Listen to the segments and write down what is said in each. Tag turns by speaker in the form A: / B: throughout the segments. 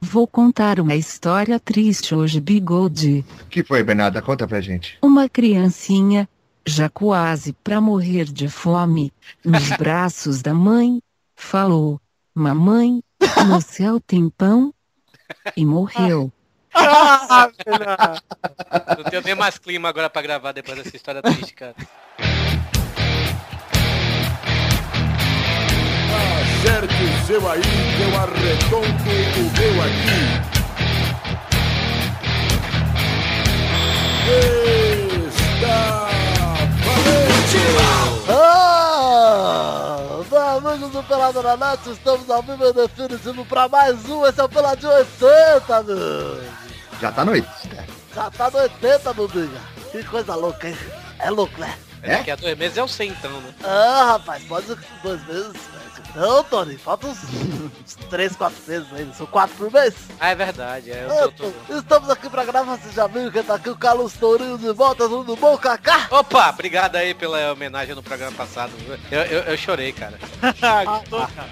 A: vou contar uma história triste hoje, Bigode.
B: Que foi, Bernarda? Conta pra gente.
A: Uma criancinha, já quase pra morrer de fome, nos braços da mãe, falou: Mamãe, no céu tem pão? E morreu.
C: Ah, Bernardo.
D: Não tenho nem mais clima agora pra gravar depois dessa história triste, cara.
E: Acerte o seu aí, que eu arredondo o meu aqui. Está valente!
F: Ah, amigos do Pelado na Net, estamos ao vivo e definitivo para mais um. Esse é o Peladinho 80, meu.
B: Já tá noite.
F: Já tá no 80, Bubiga. Que coisa louca, hein? É louco, né?
B: É?
D: Daqui a dois meses é o 100, então, né?
F: Ah, rapaz, pode ser que dois meses. velho. Não, Tony, falta uns, uns três, quatro meses ainda. São quatro por mês.
D: Ah, é verdade. É, eu
F: Ah,
D: tô- tô-
F: pô, Estamos aqui pra gravar, você já viu que tá aqui o Carlos Tourinho de volta, tudo bom, Kaká?
D: Opa, obrigado aí pela homenagem no programa passado. Eu, eu, eu chorei, cara.
C: Gostou, cara?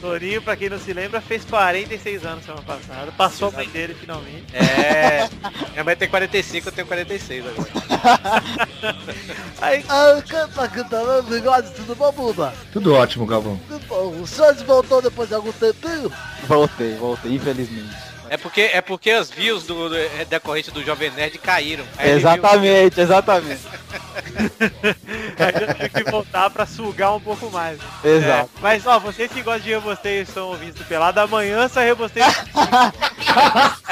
C: Torinho, pra quem não se lembra, fez 46 anos semana passada. Passou a mãe dele finalmente.
D: É. Minha mãe tem 45, eu tenho 46 agora.
C: Aí,
F: Ah, canta aqui também, bigode, tudo bom, Buda?
B: Tudo ótimo, Galvão.
F: Tudo bom. O Sanji voltou depois de algum tempinho?
G: Voltei, voltei, infelizmente.
D: É porque, é porque as views do, do- decorrente do Jovem Nerd caíram.
C: É,
D: Aí ele
G: exatamente, exatamente.
C: aí eu tive que voltar pra sugar um pouco mais. né?
G: Exato.
C: É, mas ó, vocês que gostam de rebosteios são ouvintes do Pelado, amanhã só rebosteios.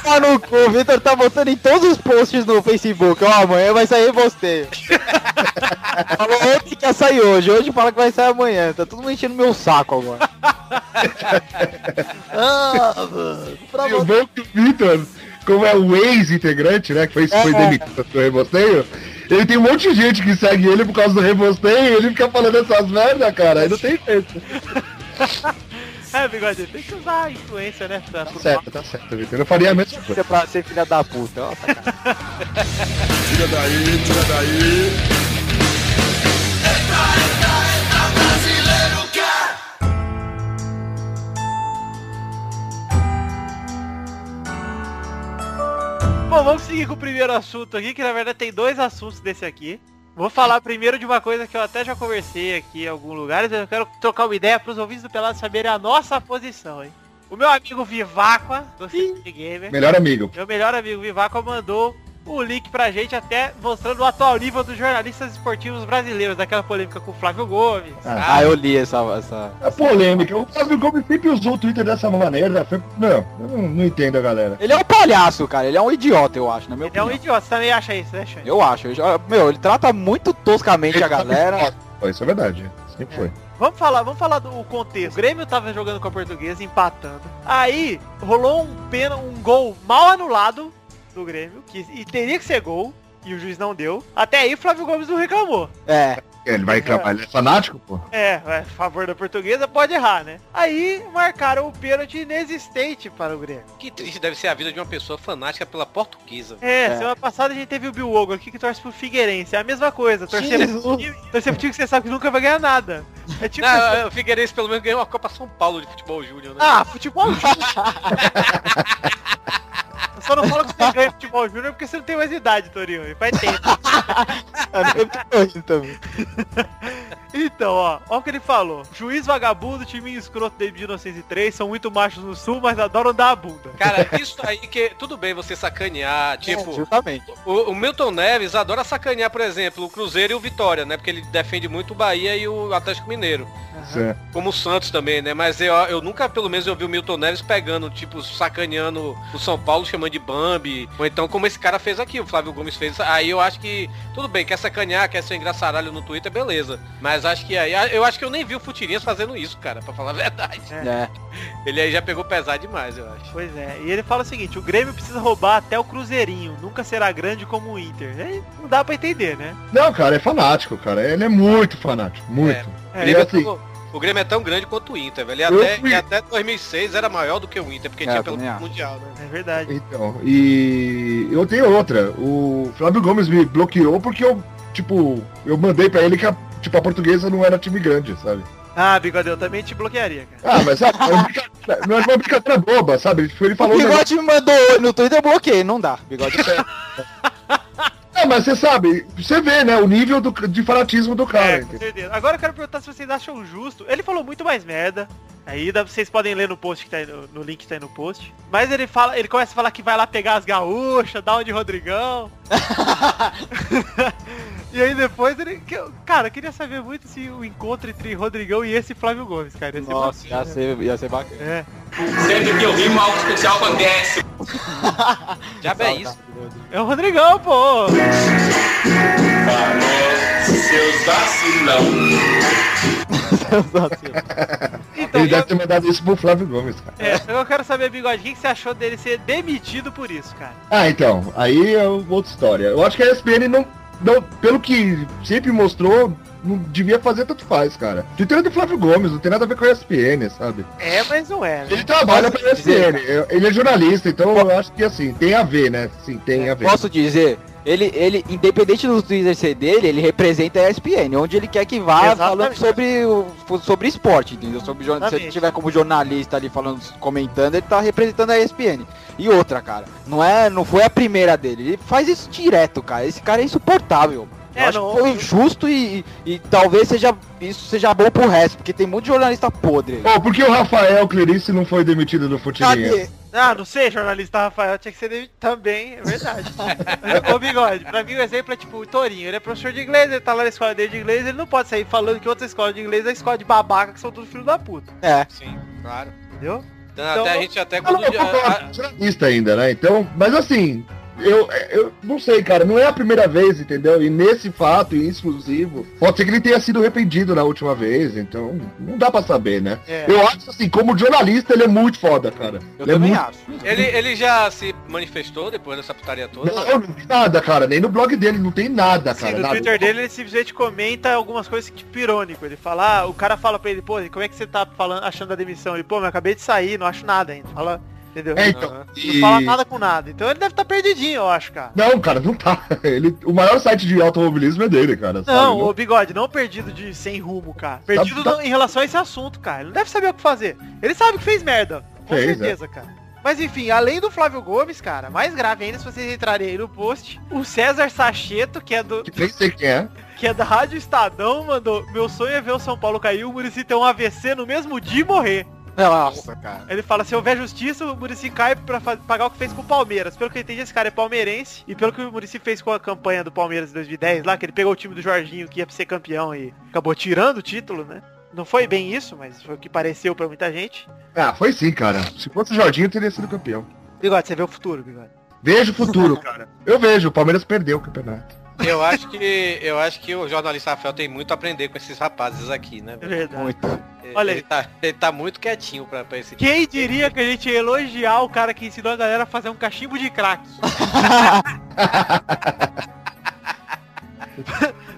G: Tá no cu, o Vitor tá botando em todos os posts no Facebook. Ó, amanhã vai sair rebosteio. Falou ontem que ia sair hoje, hoje fala que vai sair amanhã. Tá todo mundo enchendo meu saco agora.
C: É.
F: Ah, mano. Pra
B: E o
F: você,
B: bom que o Vitor, como é o ex-integrante, né? Que foi, foi demitido do rebosteio, ele tem um monte de gente que segue ele por causa do rebosteio, ele fica falando essas merda, cara. Aí não tem jeito.
C: é, bigode, tem que usar a influência, né? Pra,
B: Tá certo, tá certo, Vitor. Eu faria a mesma coisa.
G: Você é pra ser filha da puta. Ó,
E: Tira daí, tira daí.
C: Bom, vamos seguir com o primeiro assunto aqui, que na verdade tem dois assuntos desse aqui. Vou falar primeiro de uma coisa que eu até já conversei aqui em alguns lugares, eu quero trocar uma ideia pros ouvintes do Pelado saberem a nossa posição, hein? O meu amigo Vivacqua, do Cidade Gamer,
B: Melhor amigo.
C: meu melhor amigo Vivacqua, mandou o link pra gente até mostrando o atual nível dos jornalistas esportivos brasileiros, daquela polêmica com o Flávio Gomes.
G: Ah, eu li essa. essa...
B: É polêmica. O Flávio Gomes sempre usou o Twitter dessa maneira. Foi... Não, eu não, não entendo a galera.
G: Ele é um palhaço, cara. Ele é um idiota, eu acho, na minha
C: Ele é um
G: opinião.
C: idiota, você também acha isso, né, Xande?
G: Eu acho. eu já- Meu, ele trata muito toscamente
C: é um
G: a galera.
B: Pô, isso é verdade. Sempre foi.
C: Vamos falar, vamos falar do o contexto. O Grêmio tava jogando com a portuguesa, empatando. Aí rolou um pena, um gol mal anulado do Grêmio, que e teria que ser gol, e o juiz não deu. Até aí o Flávio Gomes não reclamou.
G: É.
B: Ele vai reclamar. Ele é fanático, pô.
C: É, é, a favor da portuguesa pode errar, né? Aí marcaram o pênalti inexistente para o Grêmio.
D: viu- Que triste deve ser a vida de uma pessoa fanática pela portuguesa.
C: É,
G: É.
C: semana passada a gente teve o Bilwogo aqui que torce pro Figueirense. É a mesma coisa, torcer pro
G: Jesus.
C: time, torcer pro time que você sabe que nunca vai ganhar nada. É tipo.
D: Não, o Figueirense pelo menos ganhou uma Copa São Paulo de futebol júnior, né?
C: Ah, futebol júnior. Eu Só não falo que você ganha futebol júnior porque você não tem mais idade, Torinho. E faz tempo.
G: também.
C: Então, ó, ó o que ele falou. Juiz vagabundo, time escroto desde 1903, são muito machos no sul, mas adoram dar a bunda.
D: Cara, isso aí que tudo bem você
C: É,
D: sacanear, tipo,
G: É. Justamente.
D: O, o Milton Neves adora sacanear, por exemplo, o Cruzeiro e o Vitória, né? Porque ele defende muito o Bahia e o Atlético Mineiro.
B: Isso é.
D: Como o Santos também, né? Mas eu, eu nunca, pelo menos, eu vi o Milton Neves pegando, tipo, sacaneando o São Paulo, chamando de Bambi. Ou então, como esse cara fez aqui, o Flávio Gomes fez. Aí eu acho que, tudo bem, quer sacanear, quer ser engraçaralho no Twitter, beleza. Mas acho que aí, eu acho que eu nem vi o Futirinhas fazendo isso, cara, pra falar a verdade.
G: É.
D: Ele aí já pegou pesado demais, eu acho.
C: Pois é, e ele fala o seguinte, o Grêmio precisa roubar até o Cruzeirinho, nunca será grande como o Inter. É, não dá pra entender, né?
B: Não, cara, é fanático, cara. Ele é muito fanático. Muito.
C: É,
D: O
B: Ele
D: Grêmio,
B: é
D: é
B: assim,
D: tão- o Grêmio é tão grande quanto o Inter, velho. E
B: Eu
D: até,
B: fui-
D: e até 2006 era maior do que o Inter, porque
G: É,
D: tinha
G: eu
D: pelo
G: também acho.
D: Mundial, né?
C: É verdade.
B: Então, e eu tenho outra. O Flávio Gomes me bloqueou porque eu, tipo, eu mandei pra ele que a, tipo, a portuguesa não era time grande, sabe?
C: Ah, bigode, eu também te bloquearia, cara.
B: Ah, mas sabe, é uma brincadeira, não é uma brincadeira boba, sabe? Tipo, ele falou.
G: O
B: um negócio-
G: bigode me mandou oi no Twitter, eu bloqueei. Não dá, bigode.
B: É, mas você sabe, você vê, né? O nível do, de fanatismo do cara.
C: É, com
B: entendeu?
C: certeza. Agora eu quero perguntar se vocês acham justo. Ele falou muito mais merda. Aí dá- vocês podem ler no post que tá aí, no, no link que tá aí no post. Mas ele fala, ele começa a falar que vai lá pegar as gaúchas, dá onde Rodrigão. e aí depois ele. que eu- Cara, eu queria saber muito se o encontro entre Rodrigão e esse Flávio Gomes, cara. Esse
G: Nossa, ia ser, ia ser bacana.
C: É.
H: Sempre que eu rimo, algo especial acontece.
D: Já é isso.
C: É o Rodrigão, pô!
H: Famoso, seus vacilão.
C: Então,
B: ele deve
C: eu,
B: ter mandado isso pro Flávio Gomes, cara.
C: é, eu quero saber, Bigode, o que que você achou dele ser demitido por isso, cara?
B: Ah, então, aí é outra história. Eu acho que a ESPN não, não pelo que sempre mostrou, não devia fazer tanto faz, cara. Twitter é do Flávio Gomes, não tem nada a ver com a ESPN, sabe?
C: É, mas não é, né?
B: Ele trabalha pra ESPN, eu- ele é jornalista, então eu acho que assim, tem a ver, né? Sim, tem a ver.
G: Posso dizer, ele, ele, independente do Twitter ser dele, ele representa a ESPN, onde ele quer que vá
C: Exatamente.
G: falando sobre, o, sobre esporte, entendeu? Sobre, jorna- se ele
C: Exatamente.
G: tiver como jornalista ali falando, comentando, ele tá representando a ESPN. E outra, cara, não é, não foi a primeira dele, ele faz isso direto, cara, esse cara é insuportável. Eu
C: É,
G: acho
C: não-
G: que foi injusto e, e, e talvez seja isso seja bom pro resto, porque tem muito jornalista podre. aí.
B: Pô, por que o Rafael Clerice não foi demitido do Futirinha?
G: Cadê?
C: Ah, não sei, jornalista Rafael, tinha que ser demitido também, é verdade. Ô bigode, pra mim o exemplo é tipo o Torinho, ele é professor de inglês, ele tá lá na escola dele de inglês, ele não pode sair falando que outra escola de inglês é escola de babaca, que são todos filhos da puta,
G: É,
D: Sim, claro.
C: entendeu?
D: Então,
C: Então,
D: até a gente até
B: Ah, não,
D: quando.
B: eu
D: a- a-
B: concordo, jornalista ainda, né? Então, mas assim, eu, eu não sei, cara, não é a primeira vez, entendeu? E nesse fato, em exclusivo, pode ser que ele tenha sido arrependido na última vez, então não dá pra saber, né?
C: É.
B: Eu acho assim, como jornalista, ele é muito foda, cara.
G: eu
B: ele é
G: também
B: muito...
G: acho.
D: Ele, ele já se manifestou depois dessa putaria toda.
B: Não, eu não vi nada, cara, nem no blog dele, não tem nada,
C: Sim,
B: cara.
C: no
B: nada.
C: Twitter dele ele simplesmente comenta algumas coisas que tipo irônico. Ele fala, ah, o cara fala pra ele, pô, como é que você tá falando, achando da demissão? Ele, pô, mas eu acabei de sair, não acho nada ainda. Fala, entendeu?
B: É, então,
C: não,
B: e-
C: fala nada com nada. Então ele deve estar perdidinho, eu acho, cara.
B: Não, cara, não tá. Ele, o maior site de automobilismo é dele, cara. sabe?
C: Não, ô bigode, não perdido de sem rumo, cara. Perdido
B: tá-
C: no- em relação a esse assunto, cara. Ele não deve saber o que fazer. Ele sabe que fez merda. Com
B: Fez, é.
C: certeza, cara. Mas enfim, além do Flávio Gomes, cara, mais grave ainda, se vocês entrarem aí no post, o César Sacheto, que é do
B: Que nem sei quem é.
C: que é da Rádio Estadão, mandou Meu sonho é ver o São Paulo cair, o Murici ter um AVC no mesmo dia e morrer.
G: Nossa, cara.
C: Ele fala, assim, se houver justiça, o Murici cai pra fa- pagar o que fez com o Palmeiras. Pelo que eu entendi, esse cara é palmeirense. E pelo que o Murici fez com a campanha do Palmeiras em 2010, lá, que ele pegou o time do Jorginho, que ia pra ser campeão e acabou tirando o título, né? Não foi bem isso, mas foi o que pareceu pra muita gente.
B: Ah, foi sim, cara. Se fosse o Jorginho, teria sido campeão.
C: Bigode, você vê o futuro, Bigode.
B: Vejo o futuro, cara. Eu vejo, o Palmeiras perdeu o campeonato.
D: Eu acho que eu acho que o jornalista Rafael tem muito a aprender com esses rapazes aqui, né?
C: É
D: velho?
C: verdade.
G: Muito.
D: Ele-
C: Olha aí.
D: ele, tá, ele tá muito quietinho pra, pra esse tipo
C: Quem diria que a gente ia elogiar o cara que ensinou a galera a fazer um cachimbo de crack?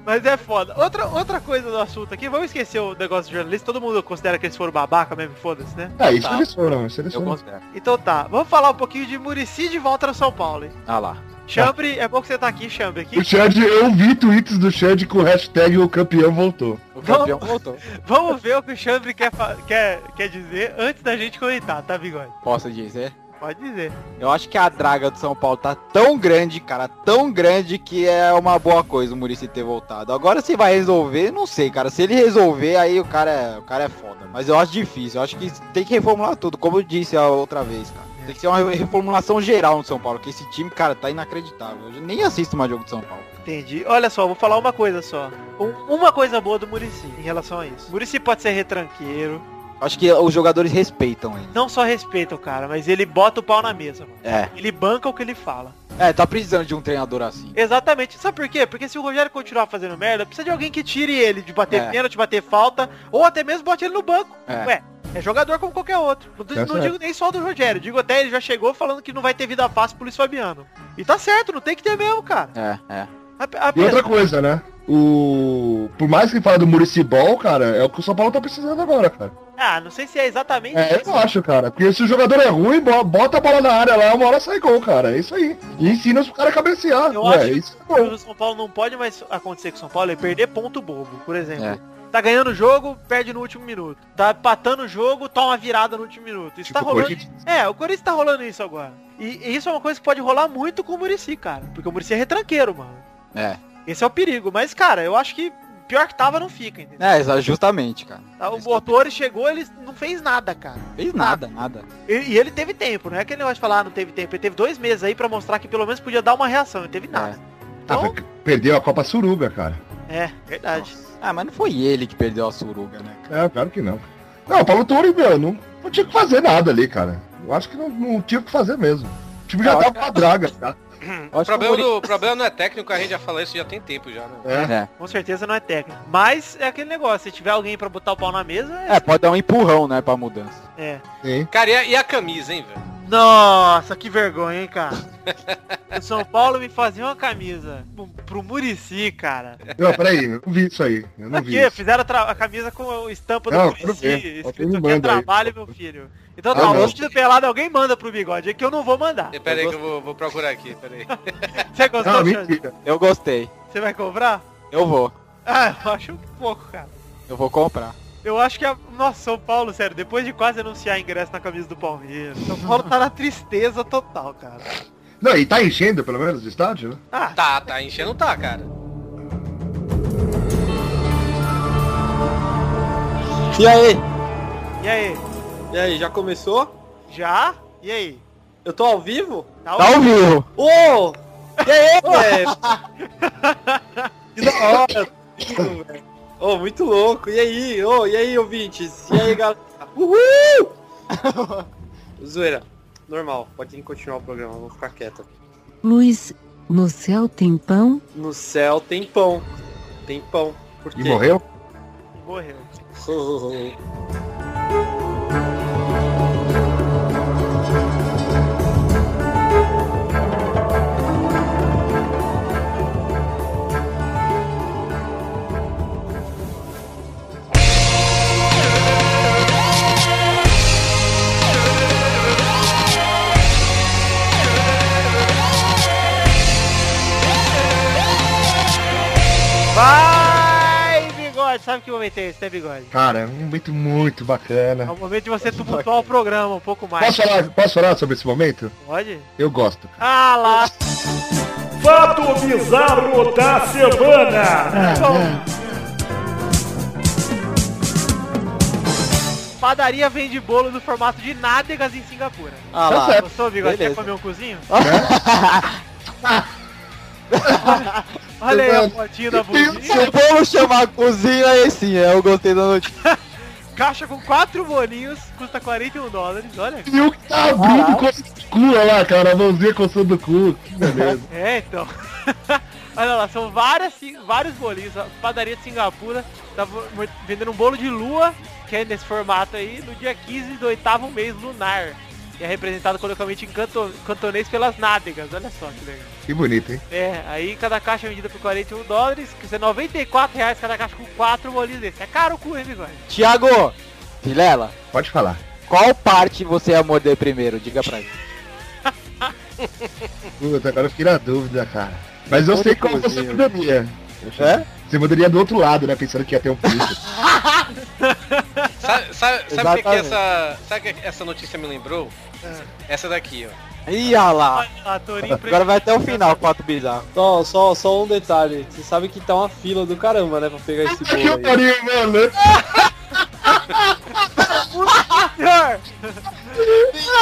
C: Mas é foda. Outra, outra coisa do assunto aqui, vamos esquecer o negócio de jornalista, todo mundo considera que eles foram babaca mesmo, foda-se, né?
B: É, isso
D: Tá.
B: eles foram, isso eles
D: Eu
B: foram.
D: considero.
C: Então tá, vamos falar um pouquinho de Murici de volta no São Paulo, hein?
G: Ah lá.
C: Chambre, é bom que você tá aqui,
B: O
C: Chambre. Aqui.
B: Chad, eu vi tweets do Chad com o hashtag o campeão voltou.
G: O campeão voltou.
C: Vamos ver o que o Chambre quer, fa- quer, quer dizer antes da gente comentar, tá, Bigode?
G: Posso dizer?
C: Pode dizer.
G: Eu acho que a draga do São Paulo tá tão grande, cara, tão grande que é uma boa coisa o Murici ter voltado. Agora se vai resolver, não sei, cara. Se ele resolver, aí o cara, é, o cara é foda. Mas eu acho difícil. Eu acho que tem que reformular tudo, como eu disse a outra vez, cara.
D: É.
G: Tem que ser uma reformulação geral no São Paulo, que esse time, cara, tá inacreditável. Eu nem assisto mais jogo de São Paulo.
C: Entendi. Olha só, vou falar uma coisa só. Um- uma coisa boa do Murici em relação a isso. Murici pode ser retranqueiro.
G: Acho que os jogadores respeitam ele.
C: Não só respeita o cara, mas ele bota o pau na mesa. mano.
G: É.
C: Ele banca o que ele fala.
G: É, tá precisando de um treinador assim.
C: Exatamente. Sabe por quê? Porque se o Rogério continuar fazendo merda, precisa de alguém que tire ele de bater
G: É.
C: pênalti, bater falta, ou até mesmo bote ele no banco.
G: É.
C: Ué, é jogador como qualquer outro. Não,
B: Tá
C: não
B: certo.
C: digo nem só do Rogério, digo até ele já chegou falando que não vai ter vida fácil pro Luiz Fabiano. E tá certo, não tem que ter mesmo, cara.
G: É, é.
C: A- a-
B: E outra coisa, né? O. Por mais que fale do Murici Ball, cara, é o que o São Paulo tá precisando agora, cara.
C: Ah, não sei se é exatamente
B: É, eu acho, cara. Porque se o jogador é ruim, bo- bota a bola na área lá, uma hora sai gol, cara. É isso aí. E ensina os caras a cabecear.
C: Eu
B: Ué,
C: acho tá
B: isso é
C: O
B: bom.
C: do São Paulo não pode mais acontecer com o São Paulo é perder ponto bobo, por exemplo. Tá ganhando o jogo, perde no último minuto. Tá empatando o jogo, toma virada no último minuto. Isso
B: Tipo,
C: tá rolando.
B: Corinthians.
C: É, o Corinthians tá rolando isso agora. E, e isso é uma coisa que pode rolar muito com o Murici, cara. Porque o Murici é retranqueiro, mano.
G: É.
C: Esse é o perigo. Mas, cara, eu acho que pior que tava não fica, entendeu?
G: É, exa- justamente, cara.
C: Tá, O Botores chegou, ele não fez nada, cara.
G: Fez nada, nada.
C: E, e ele teve tempo, não é aquele negócio de falar, ah, não teve tempo. Ele teve dois meses aí pra mostrar que pelo menos podia dar uma reação. Ele teve nada.
B: Ah,
C: Então,
B: per- perdeu a Copa Suruga, cara.
C: é, verdade.
G: Ah, mas não foi ele que perdeu a suruga, né? cara?
B: É, claro que não. Não, o Paulo Tuori, meu, não, não tinha o que fazer nada ali, cara. Eu acho que não, não tinha o que fazer mesmo. O time já
G: Eu
B: tava com a draga, tá? cara.
G: Eu
D: Hum, O
G: acho que
D: problema,
G: o Muricy-
D: do, o problema não é técnico, a gente já falou isso já tem tempo já,
B: É.
D: né?
C: Com certeza não é técnico. Mas é aquele negócio, se tiver alguém pra botar o pau na mesa,
G: É, pode dar um empurrão, né, pra mudança.
C: é. é.
B: Sim.
D: Cara, e a, e a camisa, hein, velho?
C: Nossa, que vergonha, hein, cara. o São Paulo me fazia uma camisa pro, pro Murici, cara.
B: Não, peraí, eu não vi isso aí. Eu não
C: Pra
B: vi
C: quê?
B: isso.
C: Fizeram a tra- a camisa com a estampa do
B: Não,
C: Murici,
B: quero ver. Alguém
C: escrito aqui é
B: manda aí.
C: trabalho, meu filho. Então
B: Ah,
C: tá,
B: não.
C: o do pelado alguém manda pro bigode, é que eu não vou mandar.
D: E Pera aí que eu vou, vou procurar aqui, pera aí.
C: Você gostou,
B: Não,
C: Xande?
B: mentira.
G: Eu gostei.
C: Você vai comprar?
G: Eu vou.
C: Ah, eu acho pouco, cara.
G: Eu vou comprar.
C: Eu acho que a. Nossa, São Paulo, sério, depois de quase anunciar ingresso na camisa do Palmeiras, São Paulo tá na tristeza total, cara.
B: Não, e tá enchendo pelo menos o estádio, né?
C: Ah,
D: Tá, tá, enchendo tá, cara.
G: E aí?
C: tá. e aí?
I: E aí, já começou?
C: Já? E aí?
I: Eu tô ao vivo?
C: Tá
G: Tá ao vivo.
I: Ô! E aí, velho? Que da hora! Ô, velho. Ô, muito louco! E aí? Ô, e aí, ouvintes? E aí, galera? Uhul! Zoeira. Normal, pode continuar o programa, vou ficar quieto.
A: Luiz, no céu tem pão?
I: No céu tem pão. Tem pão. Por
B: E
I: quê? Hum,
B: morreu?
C: Morreu. Vai, bigode! Sabe que momento é esse, né, bigode?
B: Cara, é um momento muito
C: É
B: bacana.
C: o momento de você tumultuar o programa um pouco mais.
B: Posso falar, posso falar sobre esse momento?
C: Pode?
B: Eu gosto.
C: Ah lá!
E: Fato bizarro da semana.
C: Bom. Padaria vende bolo no formato de nádegas em Singapura.
G: Ah
B: Tá
G: lá.
B: certo.
C: Gostou, bigode?
G: Beleza.
C: Quer comer um cozinho? Olha aí a
B: Exato.
C: fotinha da
B: Meu Deus.
G: Se
C: bundinha.
G: o povo chamar a cozinha, aí sim, eu gostei da notícia.
C: Caixa com quatro bolinhos, custa 41 dólares, olha.
B: E o que tá abrindo coçando o cu, olha lá, cara. A mãozinha coçando o cu. Que beleza.
C: É, então. Olha lá, são várias, sim- vários bolinhos. A padaria de Singapura tá vo- mo- vendendo um bolo de lua, que é nesse formato aí, no dia 15 do oitavo mês lunar. E é representado colocamente em canto- cantonês pelas nádegas, olha só que legal.
B: Que bonito, hein?
C: É, aí cada caixa é vendida por 41 dólares, que é 94 reais cada caixa com quatro bolinhos desse. É caro o cu, hein, bigode?
G: Tiago, Vilela,
B: Pode falar.
G: qual parte você ia morder primeiro? Diga pra mim.
B: Puta, agora eu fiquei na dúvida, cara. Mas eu sei qual você
G: cozinha.
B: mudaria.
G: É?
B: Você mudaria do outro lado, né? Pensando que ia ter um pinto.
D: Sabe, sabe, sabe o que, que
G: Exatamente.
D: essa, sabe o que essa notícia me lembrou?
I: Ah.
D: Essa daqui, ó.
G: Ih, ah lá.
C: Olha lá, Torinho
G: Agora vai até o final, quatro bizarro.
I: Só, só, só um detalhe. Você sabe que tá uma fila do caramba, né? Pra pegar esse
B: Aqui
I: bolo
B: eu
I: aí.
B: faria, mano.
C: Senhor,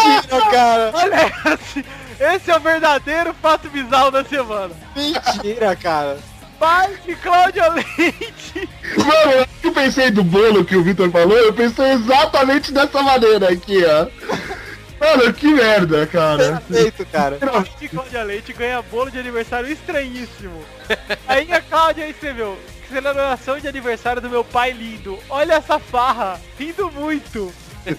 G: Mentira, cara.
C: Olha, esse- esse é o verdadeiro fato bizarro da semana.
G: Mentira, cara.
C: Pai de Cláudia Leite.
B: Mano, eu que eu pensei do bolo que o Vitor falou, eu pensei exatamente dessa maneira aqui, ó. Mano, que merda, cara.
G: Perfeito, cara.
C: Pai de Cláudia Leite ganha bolo de aniversário estranhíssimo. Aí a Cláudia escreveu. Celebração de aniversário do meu pai lindo. Olha essa farra. Rindo muito.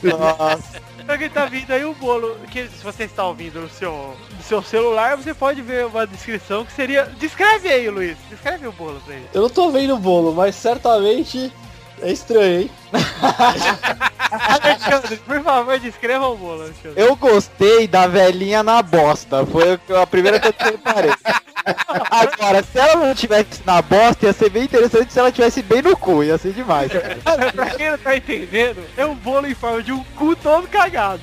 G: Nossa.
C: Pra quem tá vindo aí o bolo, que se você está ouvindo no seu, no seu celular, você pode ver uma descrição que seria... Descreve aí, Luiz. Descreve o bolo pra ele.
I: Eu não tô vendo o bolo, mas certamente é estranho, hein?
C: Alexandre, por favor, descreva o bolo, Alexandre.
G: Eu gostei da velhinha na bosta. Foi a primeira que eu reparei. Agora, se ela não tivesse na bosta, ia ser bem interessante se ela tivesse bem no cu, ia ser demais. cara.
C: Cara, pra quem não tá entendendo, é um bolo em forma de um cu todo cagado.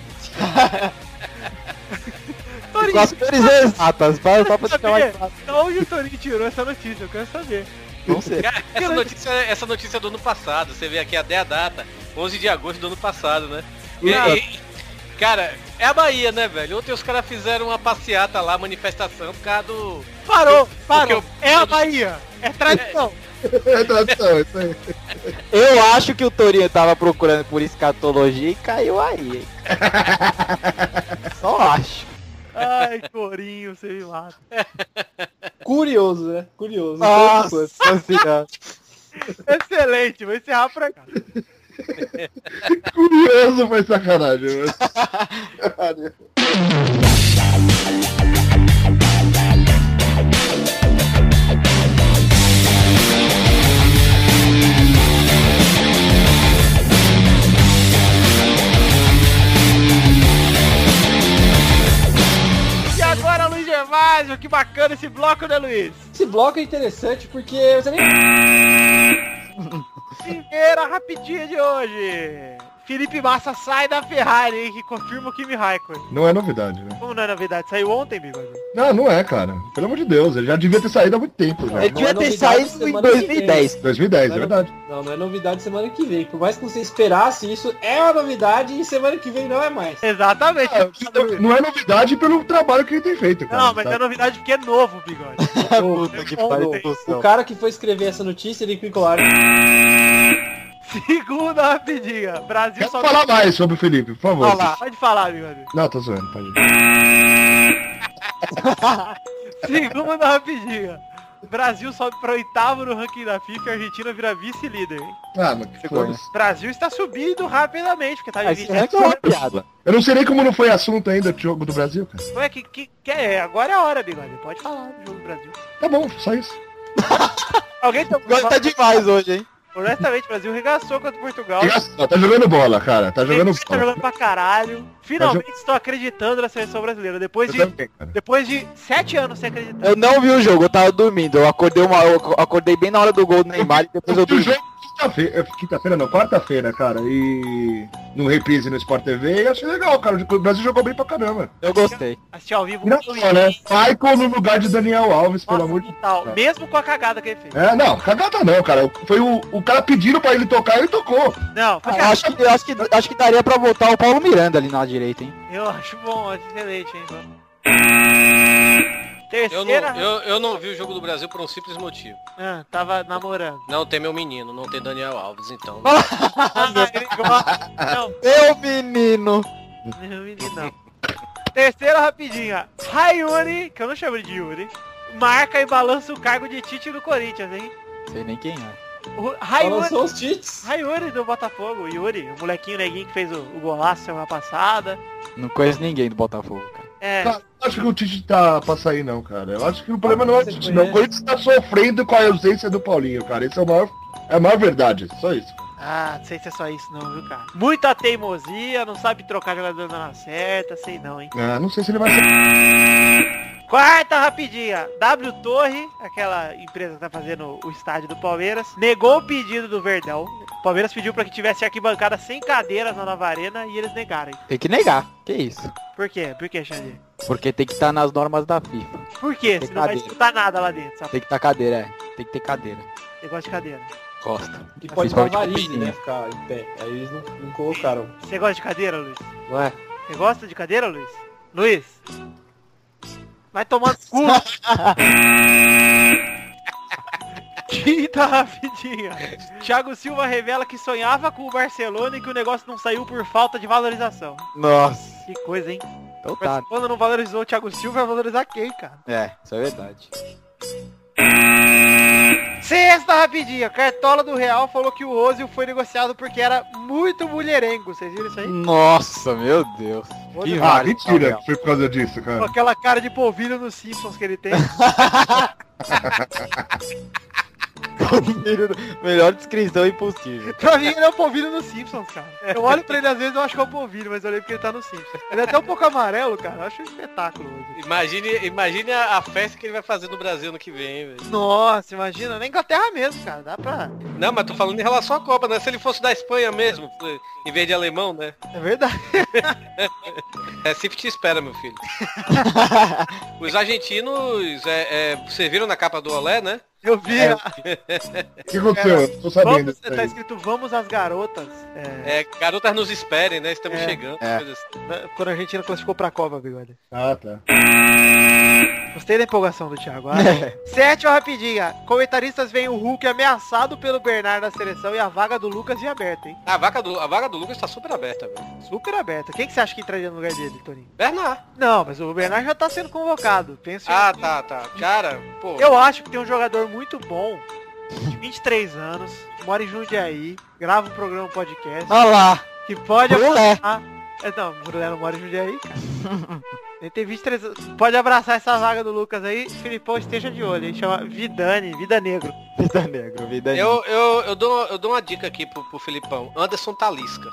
G: Com as
C: Torinho,
G: cores exatas, pra- só pra ficar mais fácil.
C: da onde o Torinho tirou essa notícia? Eu quero saber.
G: Não sei.
D: Cara, essa notícia, essa notícia é do ano passado. Você vê aqui até a data, 11 de agosto do ano passado, né? E-
G: Não.
D: e- cara, é a Bahia, né, velho? Ontem os caras fizeram uma passeata lá, manifestação, por causa do...
C: Parou, parou.
D: Porque
C: É a Bahia. É tradição.
B: É tradução, isso aí.
G: Eu acho que o Torinho tava procurando por escatologia e caiu aí. hein? Só acho.
C: Ai, Torinho, você me mata.
I: Curioso, né? Curioso.
G: Nossa senhora.
C: Excelente, vou encerrar pra cá.
B: Curioso foi sacanagem, mano.
C: E agora, Luiz Gervásio, que bacana esse bloco, né, Luiz?
I: Esse bloco é interessante porque você nem
C: Primeira rapidinha de hoje. Felipe Massa sai da Ferrari, hein, que confirma o Kimi Raikkonen.
B: Não é novidade, né?
C: Como não é novidade, saiu ontem, Bigode.
B: Não, não é, cara. Pelo amor de Deus, ele já devia ter saído há muito tempo já.
G: Ele devia ter
I: novidade,
G: saído em
I: semana que vem.
G: 2010.
B: 2010, é verdade.
I: Não, não é novidade semana que vem. Por mais que você esperasse isso, é uma novidade e semana que vem não é mais.
C: Exatamente.
B: Não- Não é novidade pelo trabalho que ele tem feito, cara.
C: Não, mas
B: sabe?
C: é novidade porque é novo, Bigode.
G: Puta que pariu,
I: Ontem.
G: Bolsão.
I: O cara que foi escrever essa notícia, ele clicou lá.
C: Segunda rapidinha. Brasil
B: Quero
C: só...
B: falar mais sobre o Felipe, por favor.
G: Olha lá.
C: Pode falar, Bigode.
B: Não, tô zoando, pode ir.
C: Segunda rapidinha. Brasil sobe para oitavo no ranking da FIFA e a Argentina vira vice-líder. hein?
B: Ah, mas que
G: Vergonha.
B: foda-se.
C: Brasil está subindo rapidamente, porque tá
G: Ah,
C: em
G: Esse
C: 20.
G: ranking é uma piada.
B: Eu não sei nem como não foi assunto ainda o jogo do Brasil, cara.
C: Ué, que, que, que é? Agora é a hora, Bigode. Pode falar do jogo do Brasil.
B: Tá bom, só isso.
C: Alguém tá...
G: Agora tá demais hoje, hein?
C: Honestamente, o Brasil regaçou contra o Portugal.
B: Engraçado, Tá jogando bola, cara. Tá jogando
C: Tem gente tá
B: bola.
C: jogando pra caralho. Finalmente estou acreditando na seleção brasileira. Depois
B: Eu
C: de,
B: também, cara.
C: depois de sete anos sem acreditar.
G: Eu não vi o jogo, eu tava dormindo. Eu acordei, uma, eu acordei bem na hora do gol do Neymar e depois eu
B: Eu vi o
G: dormi.
B: jogo quinta-feira, quinta-feira não, quarta-feira, cara, e no reprise no Sport TV, eu achei legal, cara, o Brasil jogou bem pra caramba.
G: Eu gostei.
C: Assistir ao vivo.
B: Não,
C: com o
B: né?
C: Luiz.
B: Michael no lugar de Daniel Alves, pelo
C: Nossa,
B: amor de Deus.
C: total.
B: cara.
C: Mesmo com a cagada que ele fez.
B: É, não, cagada não, cara. Foi o, o cara pedindo pra ele tocar, ele tocou.
C: Não, foi
G: Eu acho, que, eu acho, que, eu acho que daria pra botar o Paulo Miranda ali na direita, hein?
C: Eu acho bom, acho excelente, hein? Então.
D: Eu
C: Terceira.
D: não, eu, eu não vi o jogo do Brasil por um simples motivo.
C: Ah, tava namorando.
D: Não tem meu menino, não tem Daniel Alves, então...
C: Ah, ele gosta. Não,
G: Meu menino!
C: não, menino, não. Terceira rapidinha. Rayuri, que eu não chamo de Yuri, marca e balança o cargo de Tite no Corinthians, hein?
G: Sei nem quem é.
C: O Rayuri,
I: Balançou os cheats.
C: Rayuri do Botafogo, o Yuri, o molequinho neguinho que fez o, o golaço semana passada.
G: Não conheço ninguém do Botafogo, cara.
C: É,
B: Tá, eu acho que o Tite tá pra sair não, cara. Eu acho que o problema não é o
I: Você
B: Tite, não.
I: conhece?
B: O Corinthians tá sofrendo com a ausência do Paulinho, cara. Isso é a maior, é a maior verdade, só isso. cara.
C: ah, não sei se é só isso não, viu, cara? Muita teimosia, não sabe trocar jogador na hora certa, sei não, hein?
B: Ah, não sei se ele vai ser.
C: Quarta rapidinha. W Torre, aquela empresa que tá fazendo o estádio do Palmeiras, negou o pedido do Verdão. O Palmeiras pediu pra que tivesse arquibancada sem cadeiras na nova arena e eles negaram.
G: Tem que negar. Que isso?
C: Por quê? Por quê, Xavier?
G: Porque tem que estar nas normas da FIFA.
C: Por quê? Você não vai
G: cadeira.
C: escutar nada lá dentro, sabe?
G: Tem que estar cadeira, é. Tem que ter cadeira.
C: Negócio de cadeira.
G: Gosta.
I: E pode dar
G: Principalmente
I: varize,
G: pequenininho.
I: né? Ficar em pé. Aí eles não, não colocaram.
C: Você gosta de cadeira, Luiz?
I: Não é?
C: Você gosta de cadeira, Luiz? Luiz? Vai tomando cu! Quinta rapidinha. Thiago Silva revela que sonhava com o Barcelona e que o negócio não saiu por falta de valorização.
G: Nossa.
C: Que coisa, hein?
G: Então
C: O
G: tá.
C: Barcelona não valorizou o Thiago Silva, vai valorizar quem, cara?
G: É, isso é verdade.
C: Sexta rapidinha. Cartola do Real falou que o Ozil foi negociado porque era muito mulherengo. Vocês viram isso
G: Hum.
C: aí?
G: Nossa, meu Deus.
C: Olha,
B: Ah,
G: vários,
B: mentira
G: Gabriel.
B: que foi por causa disso,
C: Com
B: cara.
C: aquela cara de polvilho nos Simpsons que ele tem.
G: Melhor descrição impossível.
C: Pra mim ele é o polvilho nos Simpsons, cara. Eu olho pra ele às vezes eu acho que é o polvilho, mas eu lembro que ele tá no Simpsons. Ele é até um pouco amarelo, cara. Eu acho um espetáculo.
D: Imagine, imagine a, a festa que ele vai fazer no Brasil ano que vem, velho.
C: Nossa, imagina, na Inglaterra mesmo, cara. Dá pra.
D: Não, mas tô falando em relação à Copa, né? Se ele fosse da Espanha mesmo, em vez de alemão, né?
C: É verdade.
D: É sempre te espera, meu filho. Os argentinos é, é, serviram na capa do Olé, né?
C: Eu vi.
B: É, O que aconteceu? Eu Tô sabendo.
C: Vamos,
B: disso
C: tá
B: aí.
C: escrito vamos as garotas. É,
D: É, garotas nos esperem, né? Estamos
C: É.
D: chegando.
B: É.
D: coisas assim.
C: na- quando a Argentina classificou pra Copa, bigode.
B: Ah, tá.
C: Gostei da empolgação do Thiago. Ah,
B: É.
C: Sétimo rapidinha. Comentaristas veem o Hulk ameaçado pelo Bernardo da seleção e a vaga do Lucas de aberta, hein?
D: A, vaca do, a vaga do Lucas tá super aberta, velho.
C: Super aberta. Quem que você acha que entraria no lugar dele, Toninho?
D: Bernard.
C: Não, mas o Bernard já tá sendo convocado. Penso em-
D: Ah, tá, tá. Cara, pô.
C: Eu acho que tem um jogador muito bom, de 23 anos, que mora em Jundiaí, grava um programa um podcast,
G: Olha lá.
C: que pode
G: Brulé.
C: abraçar... É, Não, o Brulé não mora em Jundiaí, cara. Ele tem 23 anos. Pode abraçar essa vaga do Lucas aí. Filipão, esteja de olho. Ele chama Vidani, Vida Negro.
G: Vida negra, vida negra.
D: Eu, eu, eu, dou, eu dou uma dica aqui pro, pro Filipão. Anderson Talisca.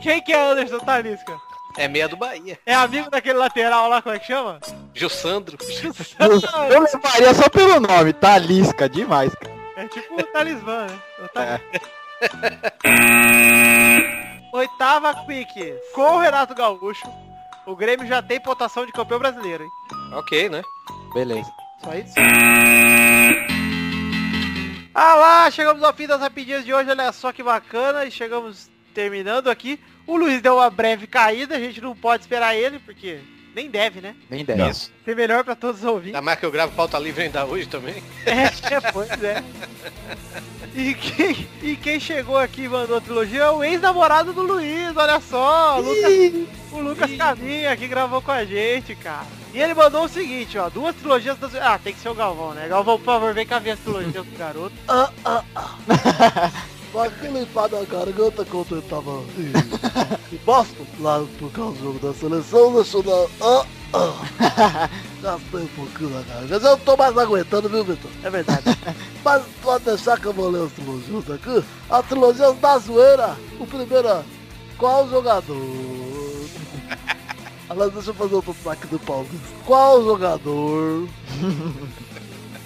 C: Quem que é Anderson Talisca?
D: É meia do Bahia.
C: É amigo daquele lateral lá, como é que chama? Ah,
D: Jussandro.
G: Eu levaria só pelo nome, Talisca, demais, cara.
C: É tipo o talismã, né? O talismã. Oitava quick. Com o Renato Gaúcho, o Grêmio já tem pontuação de campeão brasileiro, hein?
D: ok, né?
G: Beleza.
C: Só isso. Ah lá, chegamos ao fim das rapidinhas de hoje, olha só que bacana. E chegamos terminando aqui. O Luiz deu uma breve caída, a gente não pode esperar ele, porque nem deve, né?
G: Nem
B: Não.
G: 10.
C: Ser melhor pra todos os ouvintes.
D: Ainda mais que eu gravo pauta livre ainda hoje também.
C: É, pois é. E quem, e quem chegou aqui e mandou a trilogia é o ex-namorado do Luiz, olha só. O Lucas, o Lucas Caminha que gravou com a gente, cara. E ele mandou o seguinte, ó, duas trilogias das... Ah, tem que ser o Galvão, né? Galvão, por favor, vem cá ver as trilogias do garoto.
F: Ah, ah, ah. Só que limpar a garganta quando eu tava em- em Boston, lá por causa do jogo da seleção, deixou na... Ah, ah. Gastei um pouquinho na garganta. Eu tô mais aguentando, viu, Vitor? É verdade. Mas pode deixar que eu vou ler os trilogias aqui. A trilogia é da zoeira. O primeiro é... Qual jogador... Aliás, deixa eu fazer outro saque do Paulista. Qual jogador...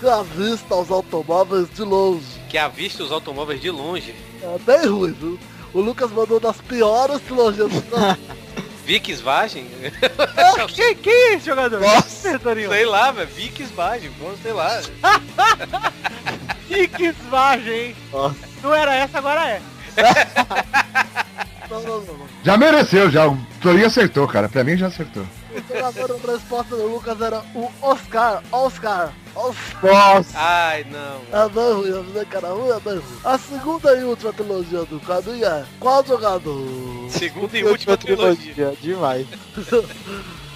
F: que avista os automóveis de longe?
D: Que avista os automóveis de longe.
F: É bem ruim, viu? O Lucas mandou das piores trilogias do
D: Vic Svagem?
C: Ah, que, que é esse jogador? Nossa, Torinho.
D: sei lá, velho. Vic Svagem, pô, sei lá.
C: Que que esvagem, hein?
G: Nossa.
C: Não era essa, agora é.
F: Não, não, não. não.
B: Já mereceu, já. O Florinho acertou, cara. Pra mim já acertou.
F: O jogador da resposta do Lucas era o Oscar. Oscar. Oscar.
G: Nossa.
D: Ai, não.
F: É bem ruim, a vida cara ruim é bem ruim. A segunda e última trilogia do Caminho é Qual jogador
D: Segunda e última trilogia.
G: Demais.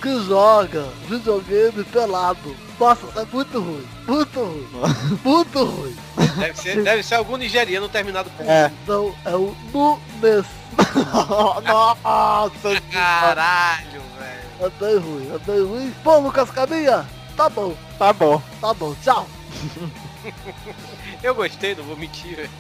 F: que joga videogame pelado? Nossa, é muito ruim. Muito ruim. Muito ruim.
D: Deve ser, deve ser algum nigeriano terminado com...
G: É.
F: Então é o Nunes.
G: Nossa.
D: Caralho, velho.
F: É bem ruim, é bem ruim. Bom, Lucas Caminha, tá bom,
G: Tá bom.
F: tá bom, tchau.
D: Eu gostei, não vou mentir, velho.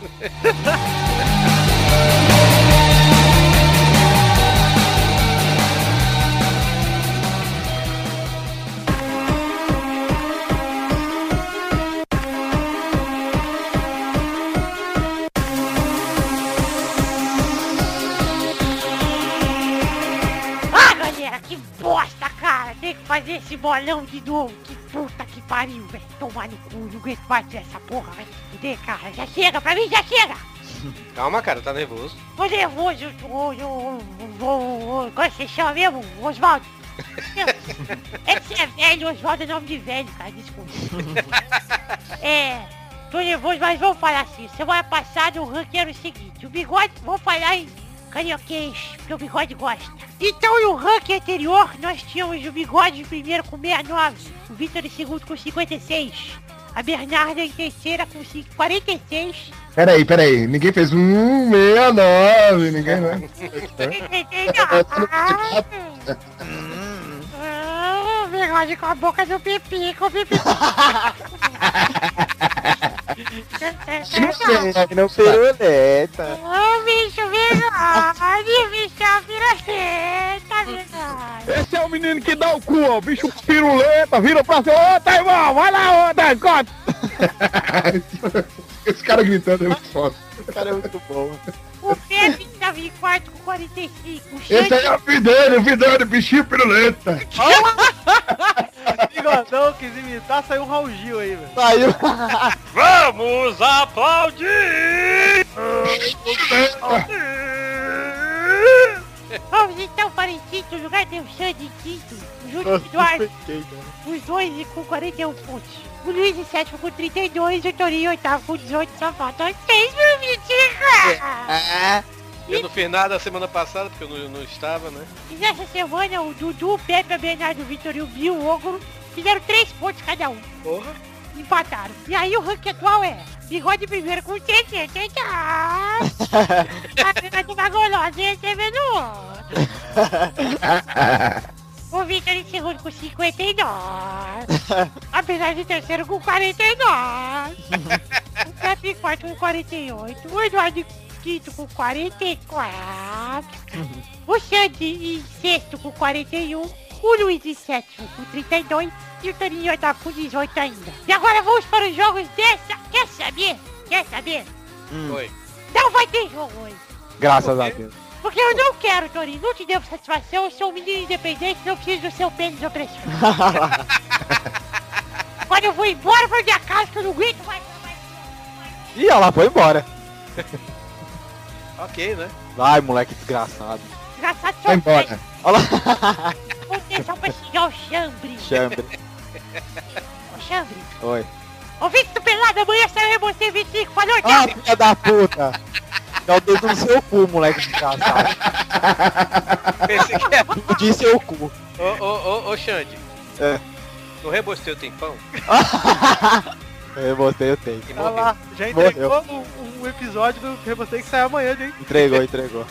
J: Ah, galera, que bosta, cara! Tem que fazer esse bolão de novo. Que puta que pariu, velho. Tomar no cu, não aguento mais essa porra, vai se fuder, cara. Já chega, pra mim já chega!
D: Calma, cara, tá nervoso.
J: Tô nervoso, ô, ô, ô, ô, ô, ô, como é que você chama mesmo? Oswaldo? É que você é velho, Oswaldo é nome de velho, cara, desculpa. É, tô nervoso, mas vamos falar assim. Semana passada o ranking era o seguinte, o bigode, vamos falar em carioquês, porque o bigode gosta. Então no ranking anterior nós tínhamos o bigode em primeiro com 69, o Vitor em segundo com 56, a Bernarda em terceira com 5, 46
B: Peraí, peraí. Ninguém fez um 69, ninguém, né?
J: Ah, ah, foge com a boca do pipico, o pipico.
G: Não piruleta.
J: Ô, bicho, virode, bicho, é uma piruleta, virode.
K: Esse é o menino que dá o cu, ó. O bicho piruleta, vira pra cima. Ô, Taimão, vai lá, ô, Taimão.
B: né? Esse cara gritando é muito foda.
G: Esse cara é muito bom.
J: O Pepe tá 24 com 45. O
B: Esse aí é o Vidani, o Vidani, bichinho piruleta.
C: Bigodão quis imitar, saiu um Raul Gil aí, velho.
G: Saiu.
C: Vamos aplaudir!
J: Vamos então para em quinto lugar, tem o Xande em quinto. O Júlio Duarte, os dois com 41 pontos. O Luiz em sétimo com 32, o Torinho em oitavo com 18, só faltam seis pro Vitinho.
D: Eu não fiz nada semana passada, porque eu não, não estava, né?
J: E nessa semana, o Dudu, o Pepe, o Bernardo, o Vitor e o Bill, o Ogro, fizeram três pontos cada um.
I: Porra.
J: Empataram. E aí o ranking atual é Bigode em primeiro com 70. Renato Magolosa e recebendo outro. O Vitor em segundo com 59. Apesar de terceiro com 49. O Pepe em quarto com 48. O Eduardo em quinto com 44. O Xande em sexto com 41. O Luiz em sétimo com 32. E o Toninho tá com 18 ainda. E agora vamos para os jogos dessa. Quer saber? Quer saber?
G: Hum.
D: Oi.
J: Não vai ter jogo hoje.
G: Graças a Deus.
J: Porque eu não quero, Torinho. Não te devo satisfação. Eu sou um menino independente. Não preciso do seu pênis opressor. Quando eu vou embora, eu vou de casa que eu não aguento mais.
G: Ih, olha lá, foi embora.
D: Ok, né?
G: Vai, moleque desgraçado.
J: Engraçado, só
B: Vai embora.
G: Olha lá.
J: tá Vou deixar pra xingar o chambre.
G: Chambre.
J: Ô, chambre.
G: Oi.
J: Ô, Victor Pelado, amanhã será em você 25. Falou, tchau.
G: Ah, filha da puta. É o dedo no seu cu, moleque desgraçado.
D: Pensei que era.
G: Tudo de seu cu.
D: Ô, ô, ô, ô, Xande.
G: É.
D: No rebostei o tempão?
G: Eu botei, eu tenho.
D: E
C: Olha
D: morri.
C: Tá lá, já entregou um, um episódio do Rebotei que sai amanhã, gente.
G: Entregou, entregou.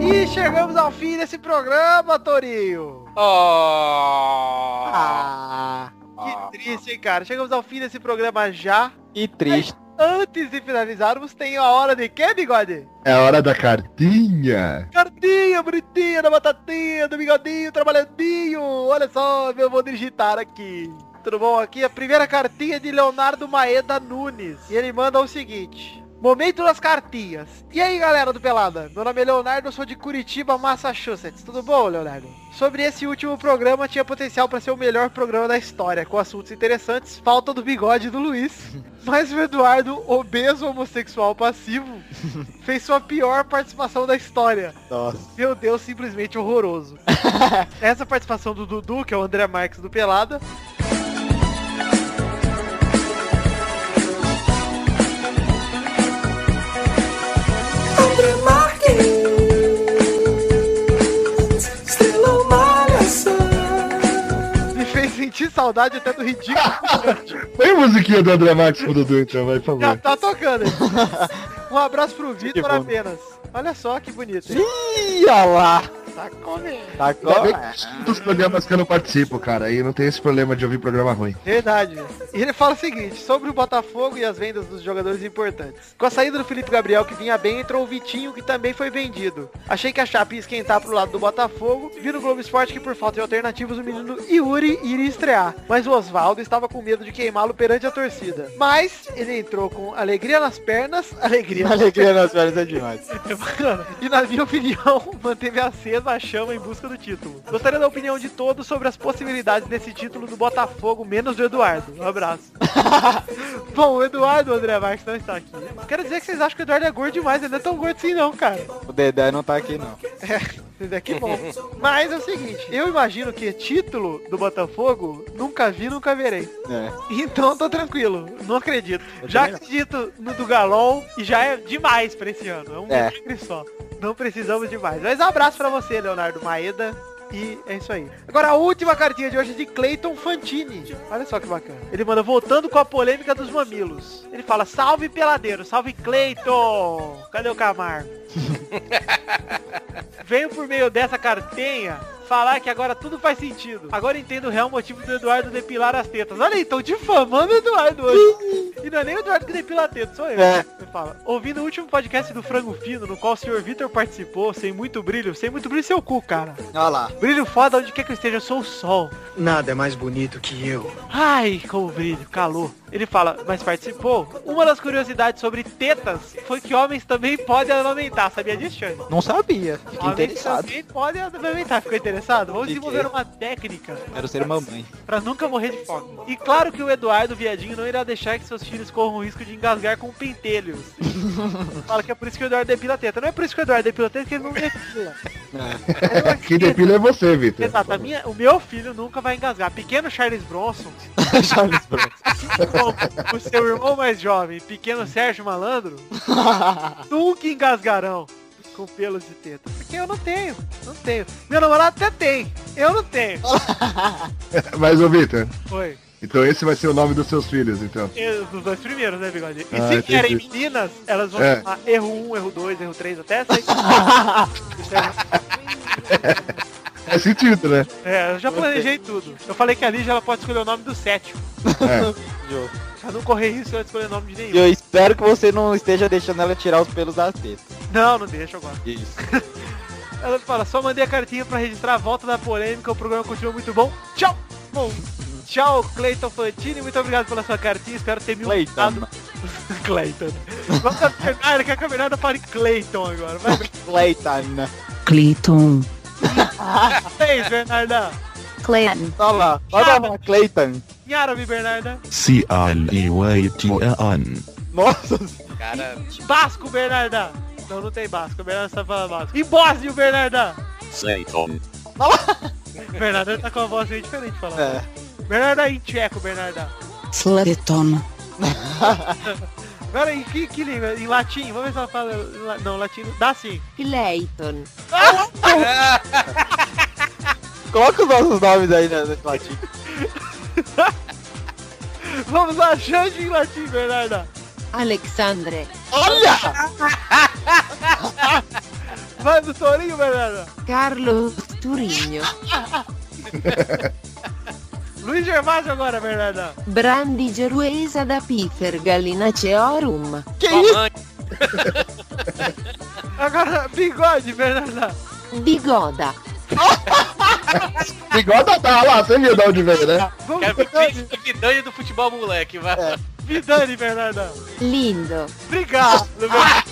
C: E chegamos ao fim desse programa, Torinho.
D: Oh.
G: Ah.
C: Que triste, hein, cara. Chegamos ao fim desse programa já.
G: Que triste.
C: Antes de finalizarmos, tem a hora de quê, bigode?
B: É hora da cartinha.
C: Cartinha bonitinha da batatinha, do bigodinho, trabalhadinho. Olha só, eu vou digitar aqui. Tudo bom? Aqui é a primeira cartinha de Leonardo Maeda Nunes. E ele manda o seguinte. Momento das cartinhas. E aí, galera do Pelada? Meu nome é Leonardo, eu sou de Curitiba, Massachusetts. Tudo bom, Leonardo? Sobre esse último programa, tinha potencial pra ser o melhor programa da história, com assuntos interessantes, falta do bigode do Luiz. Mas o Eduardo, obeso homossexual passivo, fez sua pior participação da história.
G: Nossa.
C: Meu Deus, simplesmente horroroso. Essa participação do Dudu, que é o André Marques do Pelada. Me fez sentir saudade até do ridículo.
B: Põe a musiquinha do André Marques pro Dudu, então, vai, por
C: Já
B: favor.
C: tá tocando. hein? Um abraço pro Vitor
G: bom.
C: apenas. Olha só que bonito. hein?
G: Ih, olha lá.
C: Tá comendo.
G: Tá
B: Ainda bem
G: com...
B: que é dos programas que eu não participo, cara. E não tem esse problema de ouvir programa ruim.
C: Verdade. velho. E ele fala o seguinte, sobre o Botafogo e as vendas dos jogadores importantes. Com a saída do Felipe Gabriel, que vinha bem, entrou o Vitinho, que também foi vendido. Achei que a chapa ia esquentar pro lado do Botafogo. Vi no Globo Esporte que, por falta de alternativas, o menino Yuri iria estrear. Mas o Oswaldo estava com medo de queimá-lo perante a torcida. Mas ele entrou com alegria nas pernas, alegria nas
G: Alegria nas férias é demais.
C: Mano, e na minha opinião, manteve acesa a chama em busca do título. Gostaria da opinião de todos sobre as possibilidades desse título do Botafogo, menos do Eduardo. Um abraço. Bom, o Eduardo, o André Marques, não está aqui. Quero dizer que vocês acham que o Eduardo é gordo demais, ele não é tão gordo assim não, cara.
G: O Dedé não tá aqui, não.
C: É, que bom. Mas é o seguinte, eu imagino que título do Botafogo, nunca vi, nunca verei.
G: É.
C: Então tô tranquilo, não acredito.
G: Eu
C: Já
G: também não.
C: acredito no do Galol e já é demais pra esse ano. É um
G: É.
C: milagre só. Não precisamos de mais. Mas um abraço pra você, Leonardo Maeda. E é isso aí. Agora a última cartinha de hoje é de Clayton Fantini. Olha só que bacana. Ele manda voltando com a polêmica dos mamilos. Ele fala, salve peladeiro, salve Clayton. Cadê o Camargo? Venho por meio dessa cartinha falar que agora tudo faz sentido. Agora entendo o real motivo do Eduardo depilar as tetas. Olha aí, estão difamando o Eduardo hoje. E não é nem o Eduardo que depila a teta, sou eu.
G: É.
C: Ele fala, ouvindo o último podcast do Frango Fino, no qual o senhor Vitor participou, sem muito brilho, sem muito brilho seu cu, cara.
L: Olha lá.
C: Brilho foda onde quer que eu esteja, eu sou o sol.
L: Nada é mais bonito que eu.
C: Ai, como brilho, calor. Ele fala, mas participou? Uma das curiosidades sobre tetas foi que homens também podem amamentar. Sabia disso, Xande?
G: Não sabia. Fiquei
C: Homens
G: interessado.
C: também podem amamentar. Ficou interessado? Vamos desenvolver uma técnica
G: Quero ser mamãe.
C: pra nunca morrer de fome. E claro que o Eduardo Viadinho não irá deixar que seus filhos corram o risco de engasgar com pentelhos. Fala que é por isso que o Eduardo depila a teta. Não é por isso que o Eduardo depila a teta, que ele não depila.
B: Quem depila é você, Vitor.
C: Exato, a minha, o meu filho nunca vai engasgar. Pequeno Charles Bronson,
G: Charles Bronson.
C: o seu irmão mais jovem, pequeno Sérgio Malandro, nunca engasgarão com pelos de teta. Porque eu não tenho, não tenho. Meu namorado até tem, eu não tenho.
B: Mas, ô Vitor,
C: Foi.
B: então esse vai ser o nome dos seus filhos, então.
C: Eu- Dos dois primeiros, né, Bigode? E
B: Ah,
C: se querem
B: entendi.
C: meninas, elas vão
B: É.
C: chamar erro 1, erro 2, erro 3, até 6.
B: Faz sentido, né?
C: é, eu já planejei tudo. Eu falei que a Lígia ela pode escolher o nome do sétimo.
B: É.
C: Pra não correr risco de escolher o nome de nenhum.
G: E eu espero que você não esteja deixando ela tirar os pelos das tetas.
C: Não, não deixa agora.
G: Isso.
C: Ela fala, só mandei a cartinha pra registrar a volta da polêmica, o programa continua muito bom. Tchau! Bom, tchau, Cleiton Fantini, muito obrigado pela sua cartinha, espero ter me
G: Clayton.
C: ajudado. Cleiton. Vamos a Bernardo, que a caminhada para Cleiton agora. Vai,
G: Clayton. né?
A: Clayton.
C: Bernardo. Bernarda.
A: Clayton.
G: Tá lá. Olha lá, Clayton.
C: Em árabe, Bernarda.
G: Nossa.
D: Cara,
C: Basco, Bernarda. Não, não tem Basco, Bernarda só fala Basco. E Bósnio, Bernarda. Bernarda tá com a voz meio diferente falando. Bernarda é em tcheco, Bernarda.
A: Sladeton.
C: Agora em que, que língua? Em latim? Vamos ver se ela fala. em la- Não, latim. Dá sim.
M: Clayton.
G: Coloca os nossos nomes aí né, na na latim.
C: Vamos lá, Xande em latim, Bernarda.
M: Alexandre.
G: Olha!
C: Vai do Torinho, Bernarda.
M: Carlos Turinho.
C: Luiz Gervásio agora, Bernarda.
M: Brandi Geruesa da Piper Gallinaceorum.
G: Que
C: Agora, bigode, Bernarda.
M: Bigoda.
B: Igual tá, tá lá, você viu de onde veio, né?
C: Vamos,
D: cara,
C: Vidani.
D: Vitor Vidani do futebol moleque, vai.
C: Vidani, Bernarda.
M: Lindo.
C: Obrigado, Bernarda.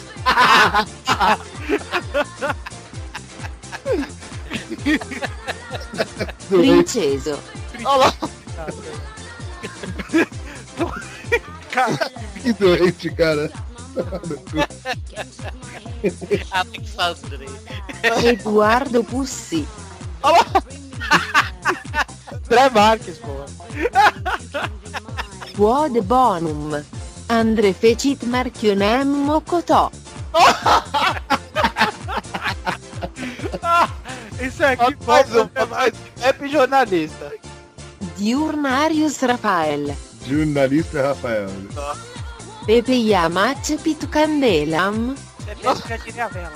M: Princeso.
C: Cara,
B: Que doente, cara.
D: Alexandre.
M: Eduardo Pussi.
G: André Marques, pô.
M: Quod bonum. Andre fecit martionem mocotó.
C: isso é aqui
G: Mais um,
C: volta-
G: mais um. É jornalista.
M: Diurnarius Rafael.
B: Jornalista Rafael.
M: Pepe Yamacepit Candelam.
C: Eu já tirei a vela.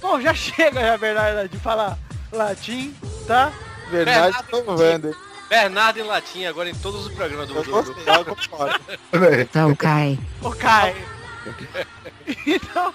C: Bom, já chega, já, Bernarda, de falar latim, tá?
G: Bernardo Vander.
D: Bernardo em latim agora em todos os programas do
G: Eu
D: jogo.
G: gostei, eu concordo.
B: Peraí.
A: Talcai.
C: Ô, Kai. Então,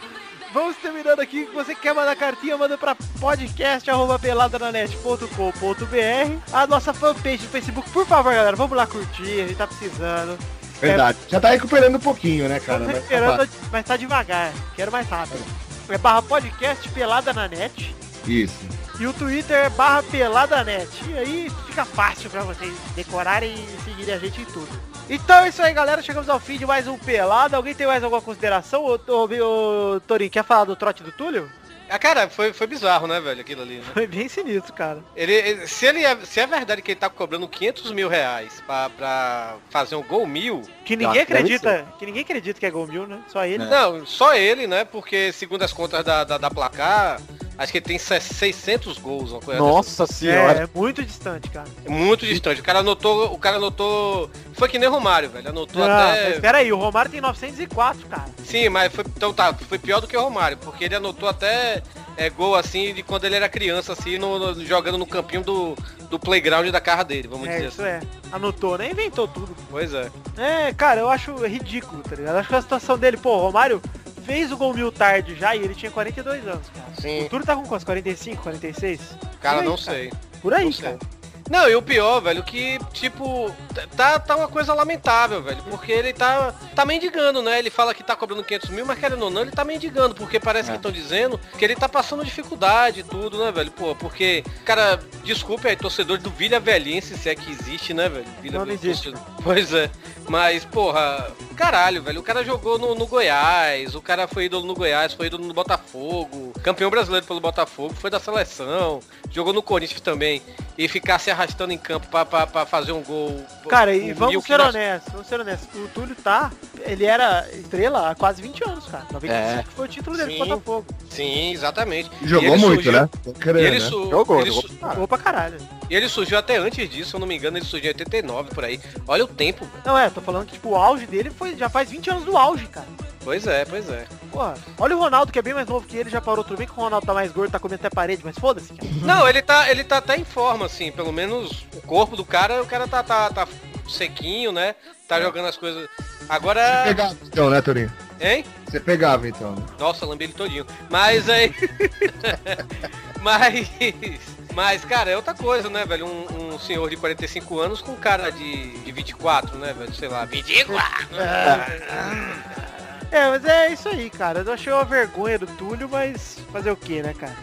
C: vamos terminando aqui. Se você quer mandar cartinha, manda pra podcast.peladananet.com.br A nossa fanpage do Facebook, por favor, galera, vamos lá curtir, a gente tá precisando.
B: Verdade. Já tá recuperando um pouquinho, né, cara?
C: Estamos
B: Mas-
C: Tá recuperando, mas tá devagar. Quero mais rápido. É barra podcast pelada na net.
B: Isso.
C: E o Twitter é barra peladanet. E aí fica fácil pra vocês decorarem e seguirem a gente em tudo. Então é isso aí, galera. Chegamos ao fim de mais um Pelada. Alguém tem mais alguma consideração? Ô, ô, ô, Torinho, quer falar do trote do Túlio?
D: Ah, cara, foi, foi bizarro, né, velho, aquilo ali, né?
C: Foi bem sinistro, cara.
D: Ele, ele- se, ele é, se é verdade que ele tá cobrando 500 mil reais pra, pra fazer um gol mil,
C: Que ninguém
G: Ah, deve
C: acredita. Que ninguém acredita que é Gol Mil, né? Só ele.
D: não, só ele, né? Porque segundo as contas da, da, da placar, Acho que ele tem 600 gols, uma coisa
G: Nossa senhora.
C: É, é muito distante, cara.
D: É muito distante. O cara anotou, o cara anotou, foi que nem Romário, velho. Anotou
C: Ah,
D: até
C: mas peraí, o Romário tem 904, cara.
D: Sim, mas foi, então tá, foi pior do que o Romário, porque ele anotou até é, gol assim de quando ele era criança, assim, no- no- jogando no campinho do, do playground da casa dele, vamos
C: É,
D: dizer
C: isso
D: assim.
C: é. Anotou, né? Inventou tudo.
D: Pois é.
C: É, cara, eu acho ridículo, tá ligado? Acho que a situação dele, pô, o Romário fez o gol mil tarde já e ele tinha 42 anos, cara.
D: Sim.
C: O Túlio tá com quantos? 45, 46?
D: Cara,
C: Por aí,
D: não sei.
C: Por aí, cara.
D: Não, e o pior, velho, que, tipo, t- tá, tá uma coisa lamentável, velho, porque ele tá, tá mendigando, né? Ele fala que tá cobrando 500 mil, mas querendo ou não, ele tá mendigando, porque parece que estão dizendo que ele tá passando dificuldade e tudo, né, velho? Pô, porque, cara, desculpe aí, torcedor do Vila Velhense, se é que existe, né, velho? Vila
C: Não, não
D: existe. Pois é, mas, porra, caralho, velho, o cara jogou no, no Goiás, o cara foi ídolo no Goiás, foi ídolo no Botafogo, campeão brasileiro pelo Botafogo, foi da seleção, jogou no Corinthians também, e ficar se arrastando em campo pra, pra, pra fazer um gol.
C: Cara,
D: o
C: e vamos
D: Milk
C: ser
D: nas-
C: honestos, vamos ser honestos. O Túlio tá, ele era estrela há quase 20 anos, cara. 95 que foi o título
D: É.
C: dele
D: Sim.
C: com o Botafogo.
D: Sim, exatamente. E
B: Jogou
D: ele
B: muito,
D: surgiu-
B: né? Tô querendo,
D: e ele
B: né?
D: su-
B: Jogou,
D: ele
B: jogou.
D: su-
C: Jogou pra caralho.
D: E ele surgiu até antes disso, se eu não me engano, ele surgiu em 89 por aí. Olha o tempo, velho.
C: Não, é, tô falando que tipo, o auge dele foi já faz 20 anos do auge, cara.
D: Pois é, pois é.
C: Porra, olha o Ronaldo que é bem mais novo que ele, já parou tudo bem que o Ronaldo tá mais gordo, tá comendo até parede, mas foda-se, cara.
D: Não, ele tá, ele tá até em forma, assim, pelo menos o corpo do cara, o cara tá, tá, tá sequinho, né?
B: É.
D: Tá jogando as coisas. Agora.
B: Pegava então, né, Torinho?
D: Hein?
B: Você pegava então, né?
D: Nossa, lambei ele todinho. Mas aí. Mas. Mas, cara, é outra coisa, né, velho? Um, um senhor de 45 anos com cara de, de 24, né, velho? Sei lá, 24!
C: É, mas é isso aí, cara. Eu achei uma vergonha do Túlio, mas fazer o que, né, cara?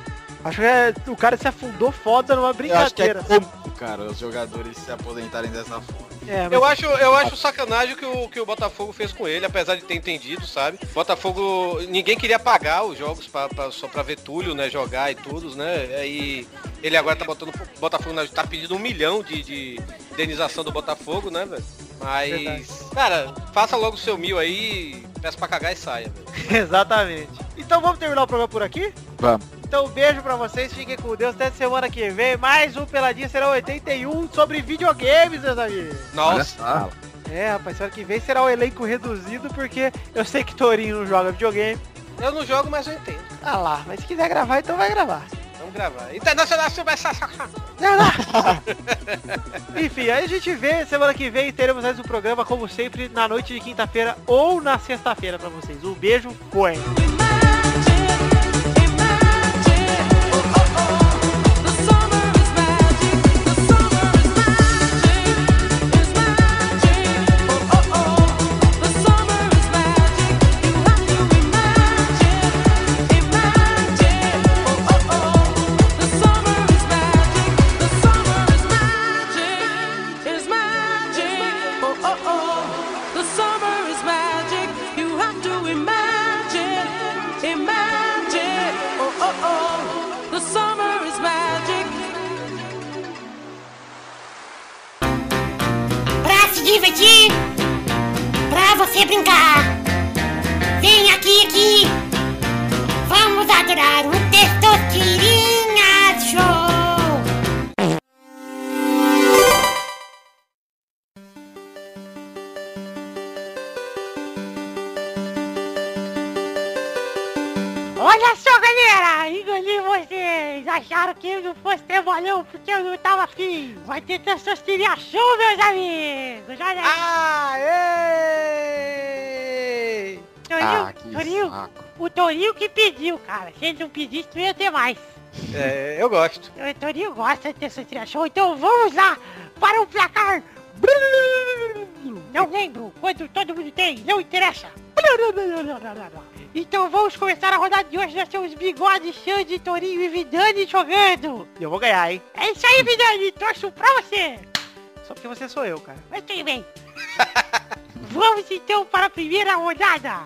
C: Acho que é- o cara se afundou foda numa
G: Eu acho que é
C: brincadeira.
G: comum, cara, os jogadores se aposentarem dessa forma.
C: É, mas-
D: Eu acho, eu acho sacanagem o que o que o Botafogo fez com ele, apesar de ter entendido, sabe? Botafogo, ninguém queria pagar os jogos pra, pra- só pra ver Túlio, né, jogar e tudo, né? Aí ele agora tá botando o Botafogo na, tá pedindo um milhão de, de indenização do Botafogo, né, velho? Mas,
C: Verdade.
D: cara, faça logo o seu mil aí, peça pra cagar e saia, velho.
C: Exatamente. Então vamos terminar o programa por aqui?
G: Vamos.
C: Então beijo pra vocês, fiquem com Deus. Até semana que vem. Mais um Peladinha será 81 sobre videogames, meus amigos.
D: Nossa.
C: É, rapaz, semana que vem será o elenco reduzido, porque eu sei que Torinho não joga videogame.
D: Eu não jogo, mas eu entendo.
C: Ah lá, mas se quiser gravar, então vai gravar.
D: Vamos gravar. Internacional Silva
C: Não, não. Enfim, aí a gente vê semana que vem teremos mais um programa, como sempre, na noite de quinta-feira ou na sexta-feira pra vocês. Um beijo, foi!
N: Oh, Oh, It's magic. Oh, oh, oh. The summer is magic. You have to imagine. Imagine. Oh, oh, oh. The summer is magic.
O: Pra se divertir, pra você brincar. Vem aqui, aqui. Vamos adorar o Testosterinha Show.
J: Olha só, galera! Engoli vocês! Acharam que eu não fosse ter bolão porque eu não tava afim! Vai ter testosteria show, meus amigos! Olha
C: Ah,
J: aí! Aê! Torinho,
C: Ah, que
J: Torinho, o Torinho que pediu, cara. Se ele não pedisse, não ia ter mais.
D: É, eu gosto.
J: O Torinho gosta de testosteria show, então vamos lá para o placar! Não lembro quanto todo mundo tem, não interessa! Então vamos começar a rodada de hoje. Nós temos Bigode, Xande, Torinho e Vidani jogando.
C: Eu vou ganhar, hein?
J: É isso aí, Vidani. Torço pra você.
C: Só porque você sou eu, cara.
J: Mas tudo bem. vamos então para a primeira rodada.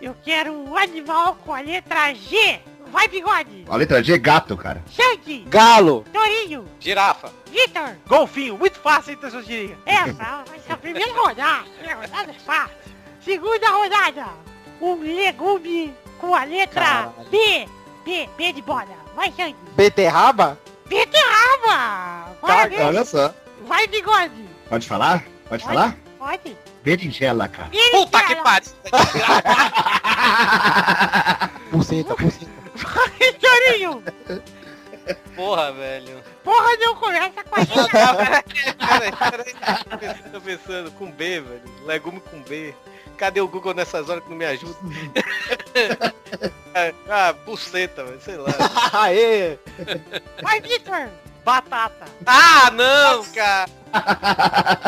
J: Eu quero um animal com a letra G. Vai, Bigode.
B: A letra G é gato, cara.
J: Xande,
B: Galo.
J: Torinho,
D: Girafa.
J: Vitor.
C: Golfinho, muito fácil, então, hein, Tessugirinha?
J: É, mas a primeira rodada.
C: né?
J: Primeira rodada é fácil. Segunda rodada. Um legume com a letra B. B, B de bola.
C: Vai, Xande.
G: Beterraba?
C: Beterraba! Ah, Vai,
B: Tá, olha só.
C: Vai, bigode.
B: Pode falar? Pode falar?
C: Pode.
B: Berinjela, cara.
C: Puta que pariu.
G: Buceta, buceta.
C: Vai, Chorinho.
D: Porra, velho.
C: Porra, não conversa com a gente.
D: Cara, cara, eu tô pensando com B, velho. Legume com B. Cadê o Google nessas horas que não me ajuda? ah, buceta, velho. Sei lá.
G: Aê!
C: Vai, Vitor. Batata.
D: Ah, não, cara.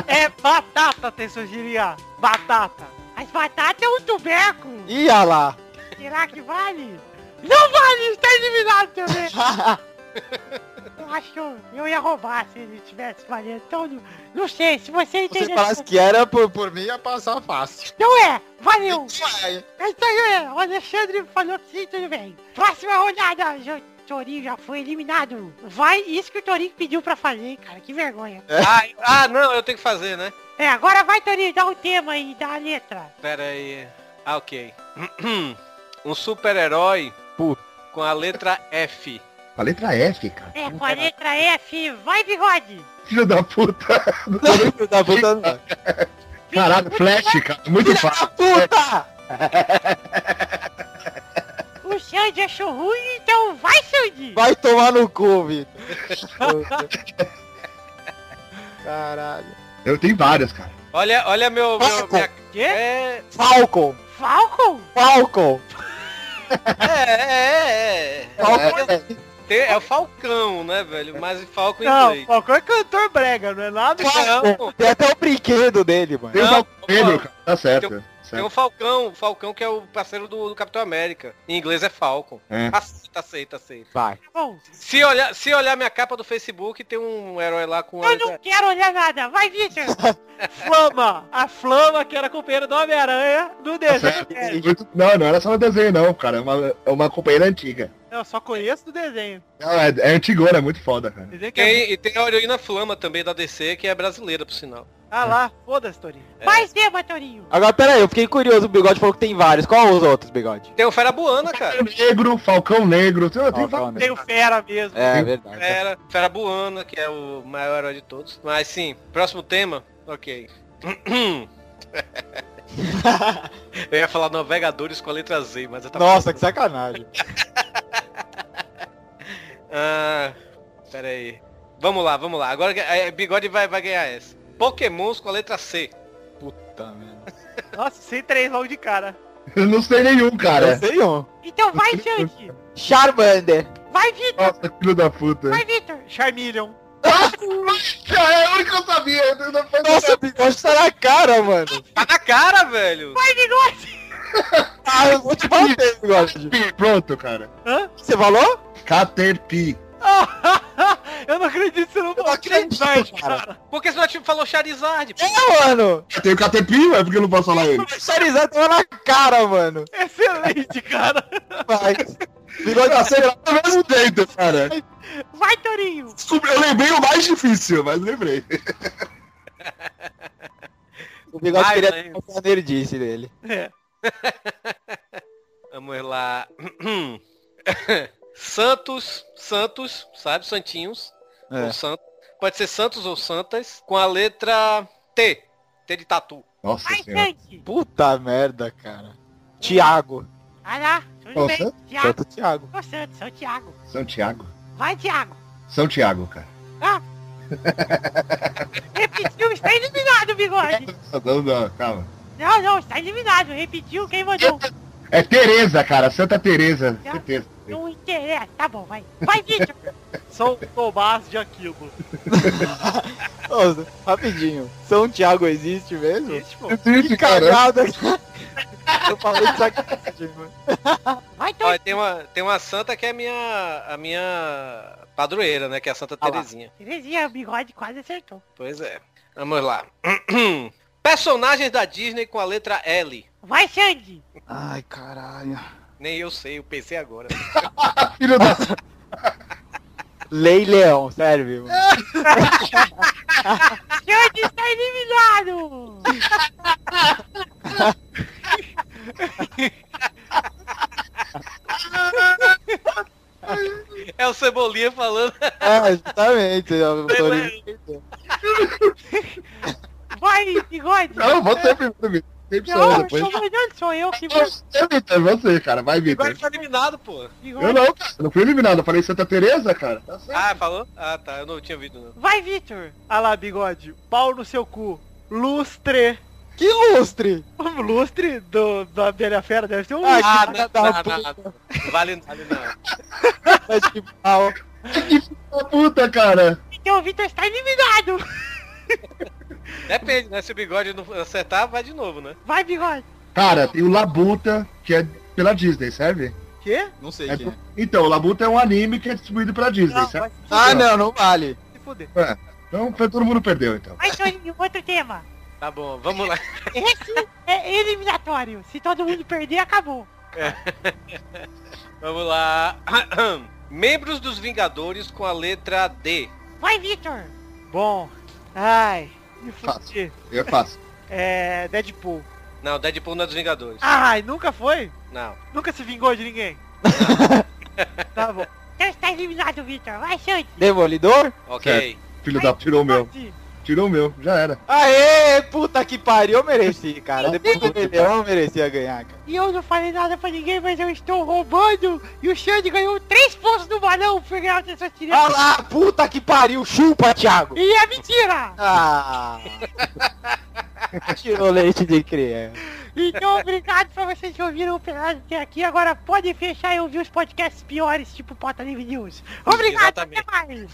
C: É batata, te sugeria. Batata. As batatas é um tubérculo.
G: Ih, olha lá.
C: Será que vale? Não vale, está eliminado também. eu acho que eu, eu ia roubar se ele tivesse valendo. Então, não, não sei, se você
G: Se
C: entendeu...
G: falasse que era, por, por mim ia passar fácil.
C: Então é, valeu. É isso aí, é. o Alexandre falou que sim, tudo bem. Próxima rodada, Jo- Torinho já foi eliminado. Vai, isso que o Torinho pediu pra fazer, cara, que vergonha.
D: Ah, eu- ah, não, eu tenho que fazer, né?
C: É, agora vai, Torinho, dá o tema aí, dá a letra.
D: Pera aí. Ah, ok. Um super-herói com a letra F.
B: A letra F, cara.
C: É, com a letra F, vai, bigode.
B: Filho da puta.
G: Filho da puta. não.
B: Caralho, Flash, cara. Muito fácil.
G: Puta!
C: O Xande achou ruim, então vai, Xande.
G: Vai tomar no cu, Vitor. Caralho.
B: Eu tenho várias, cara.
D: Olha, olha meu... meu minha... É...
G: Falcon!
C: Falcon?
G: Falcon!
D: É, é, é.
G: Falcon é.
D: Tem- é o Falcão, né, velho? Mas Falcon em
P: Não,
D: inglês.
P: Falcão é cantor brega, não é nada?
D: Falcon.
G: Tem até o brinquedo dele, mano.
B: Tem o Falcão
D: Não,
B: Negro, cara. Tá certo.
D: Tem
G: É.
D: o Falcão, o Falcão que é o parceiro do, do Capitão América. Em inglês é Falcon.
B: É.
D: Aceita, aceita, aceita.
G: Vai.
C: Bom,
D: Se olhar, se olhar minha capa do Facebook, tem um herói lá com a
C: eu não quero olhar nada, vai, Vitor.
P: Flama, a Flama que era companheira do Homem-Aranha do desenho.
G: é.
B: Certo. Muito- Não, não era só no desenho, não, cara. É uma, é uma companheira antiga.
P: Eu só conheço do desenho.
B: Não, é, é antigona, é muito foda, cara.
P: Desenho que é...
D: Tem, e tem a heroína Flama também da DC, que é brasileira, por sinal.
P: Ah lá, foda-se, Torinho.
C: Mais tema, Torinho.
G: Agora, pera aí, eu fiquei curioso, o Bigode falou que tem vários. Qual os outros, Bigode?
D: Tem o Fera Buana, cara.
B: Negro, Falcão Negro. Tem, tem
G: Falcão, né?
P: Tem o Fera mesmo.
G: É, verdade.
D: Fera, Fera Buana, que é o maior herói de todos. Mas sim, próximo tema. Ok. eu ia falar navegadores com a letra Z, mas eu tava.
G: Nossa, que sacanagem.
D: Ah, pera aí. Vamos lá, vamos lá. Agora é, Bigode vai, vai ganhar essa. Pokémons com a letra C.
G: Puta merda.
P: Nossa, sem três logo de cara.
B: Eu não sei nenhum,
G: Eu
B: cara.
G: sei um.
C: Então vai, Xande.
G: Charmander.
C: Vai, Vitor.
B: Nossa, filho da puta.
C: Vai, Vitor.
P: Charmeleon.
B: Já é o único que eu sabia. eu não- foi-
G: Nossa, o Bigode tá na cara, mano.
D: Tá na cara, velho!
C: Vai, bigode.
G: Ah, eu vou te bater, Bigode.
B: Pi, Pronto, cara.
G: Você falou?
B: Caterpie.
P: eu não acredito que você não
G: Eu não acredito, cara.
D: Porque senão tipo falou Charizard, pô.
G: É, mano.
B: Eu tenho Caterpie, mas por que eu não posso falar ele?
G: Charizard tava na cara, mano.
P: Excelente, cara.
G: Vai.
B: Virou da cena do mesmo jeito, cara.
C: Vai, Torinho.
B: Desculpa, eu lembrei o mais difícil, mas lembrei.
G: O Bigode
D: Vai,
G: queria
D: vai.
G: ter uma nerdice dele.
D: Vamos lá. Santos, Santos, sabe? Santinhos.
G: É.
D: Ou Santos. Pode ser Santos ou Santas. Com a letra T. T de tatu.
B: Nossa
C: Vai,
B: senhora.
C: Xande.
G: Puta merda, cara. Tiago.
C: Vai lá. Tudo
B: Ô,
C: bem.
B: Santos?
C: Tiago.
G: Santo Tiago.
C: Ô, Santos, sou o Tiago.
B: São Tiago.
C: Vai, Tiago.
B: São Tiago, cara.
C: Repetiu, está eliminado, bigode.
B: Não, não, calma.
C: Não, não, está eliminado. Repetiu quem mandou.
B: É Tereza, cara. Santa Tereza.
C: Já?
B: Certeza.
C: Não interessa. Tá bom, vai. Vai, Vitor.
P: São Tomás de Aquilo.
G: Ô, rapidinho. São Tiago existe mesmo?
P: Gente, pô,
B: É triste,
G: Que
B: cara.
G: cagada. Eu falei de sacanagem, mano.
C: Vai, Torinho.
D: Olha, tem uma, tem uma santa que é a minha, a minha padroeira, né? Que é a Santa
G: Ah lá.
D: Terezinha.
C: Terezinha, o bigode quase acertou.
D: Pois é. Vamos lá. Personagens da Disney com a letra L.
C: Vai, Xande.
G: Ai, caralho.
D: Nem eu sei, eu pensei agora.
B: Filho da
G: Lei Leão, serve, mano.
C: Xande está eliminado.
D: É Torinha falando.
G: É, exatamente. ó, Torinho.
C: Vai, bigode.
B: Não, você primeiro, Vitor. Sempre sou eu
C: Não,
B: depois.
C: sou eu, sou eu que vou.
B: Você, Vitor, você, cara. Vai, Vitor.
D: Foi tá eliminado, pô.
C: é.
B: Eu não, cara. Não fui eliminado. Eu falei Santa Teresa, cara. Tá certo.
D: Ah, falou? Ah, tá. Eu não tinha visto, não.
Q: Vai, Vitor. Ah lá, bigode. Pau no seu cu. Lustre.
G: Que lustre?
C: Um
Q: O lustre do, da Abelha Fera deve ser um
D: Ah,
Q: lustre.
D: não, não, não, não. Vale, vale não.
G: Mas que pau.
C: Ah.
B: Que puta, cara.
C: Então o Vitor está eliminado.
D: Depende, né? Se o bigode não acertar, vai de novo, né?
C: Vai, bigode.
B: Cara, tem o Labuta, que é pela Disney, serve?
Q: Quê?
R: Não sei
B: É por- Então, o Labuta é um anime que é distribuído pela Disney,
C: Não,
B: certo?
G: Ah, não, não vale.
Q: Se fuder.
B: É. Então, todo mundo perdeu, então.
C: Vai, Torinho, um outro tema.
D: Tá bom, vamos lá.
C: Esse é eliminatório. Se todo mundo perder, acabou.
D: Vamos lá. Membros dos Vingadores com a letra D.
C: Vai, Vitor.
Q: Bom. Ai. Me fudi.
B: É fácil.
Q: É. Deadpool.
D: Não, Deadpool não é dos Vingadores.
Q: Ai, nunca foi?
D: Não.
Q: Nunca se vingou de ninguém? tá bom.
C: Então está eliminado, Vitor. Vai, Xande.
G: Demolidor?
D: Ok.
B: Filho da... Tirou o meu. Tirou o meu. Já era.
G: Aê, puta que pariu, eu mereci, cara. Depois do Leão, eu merecia ganhar, cara.
C: E eu não falei nada pra ninguém, mas eu estou roubando. E o Xande ganhou 3 pontos do balão por ganhar dessa
Q: Ah!
G: Olha
C: tirada.
G: lá, puta que pariu, chupa, Thiago.
C: E é mentira.
G: Ah. Tirou leite de criança.
C: Então, obrigado pra vocês que ouviram o Pelado até aqui. Agora podem fechar e ouvir os podcasts piores, tipo Pota Livre News. Obrigado, até mais.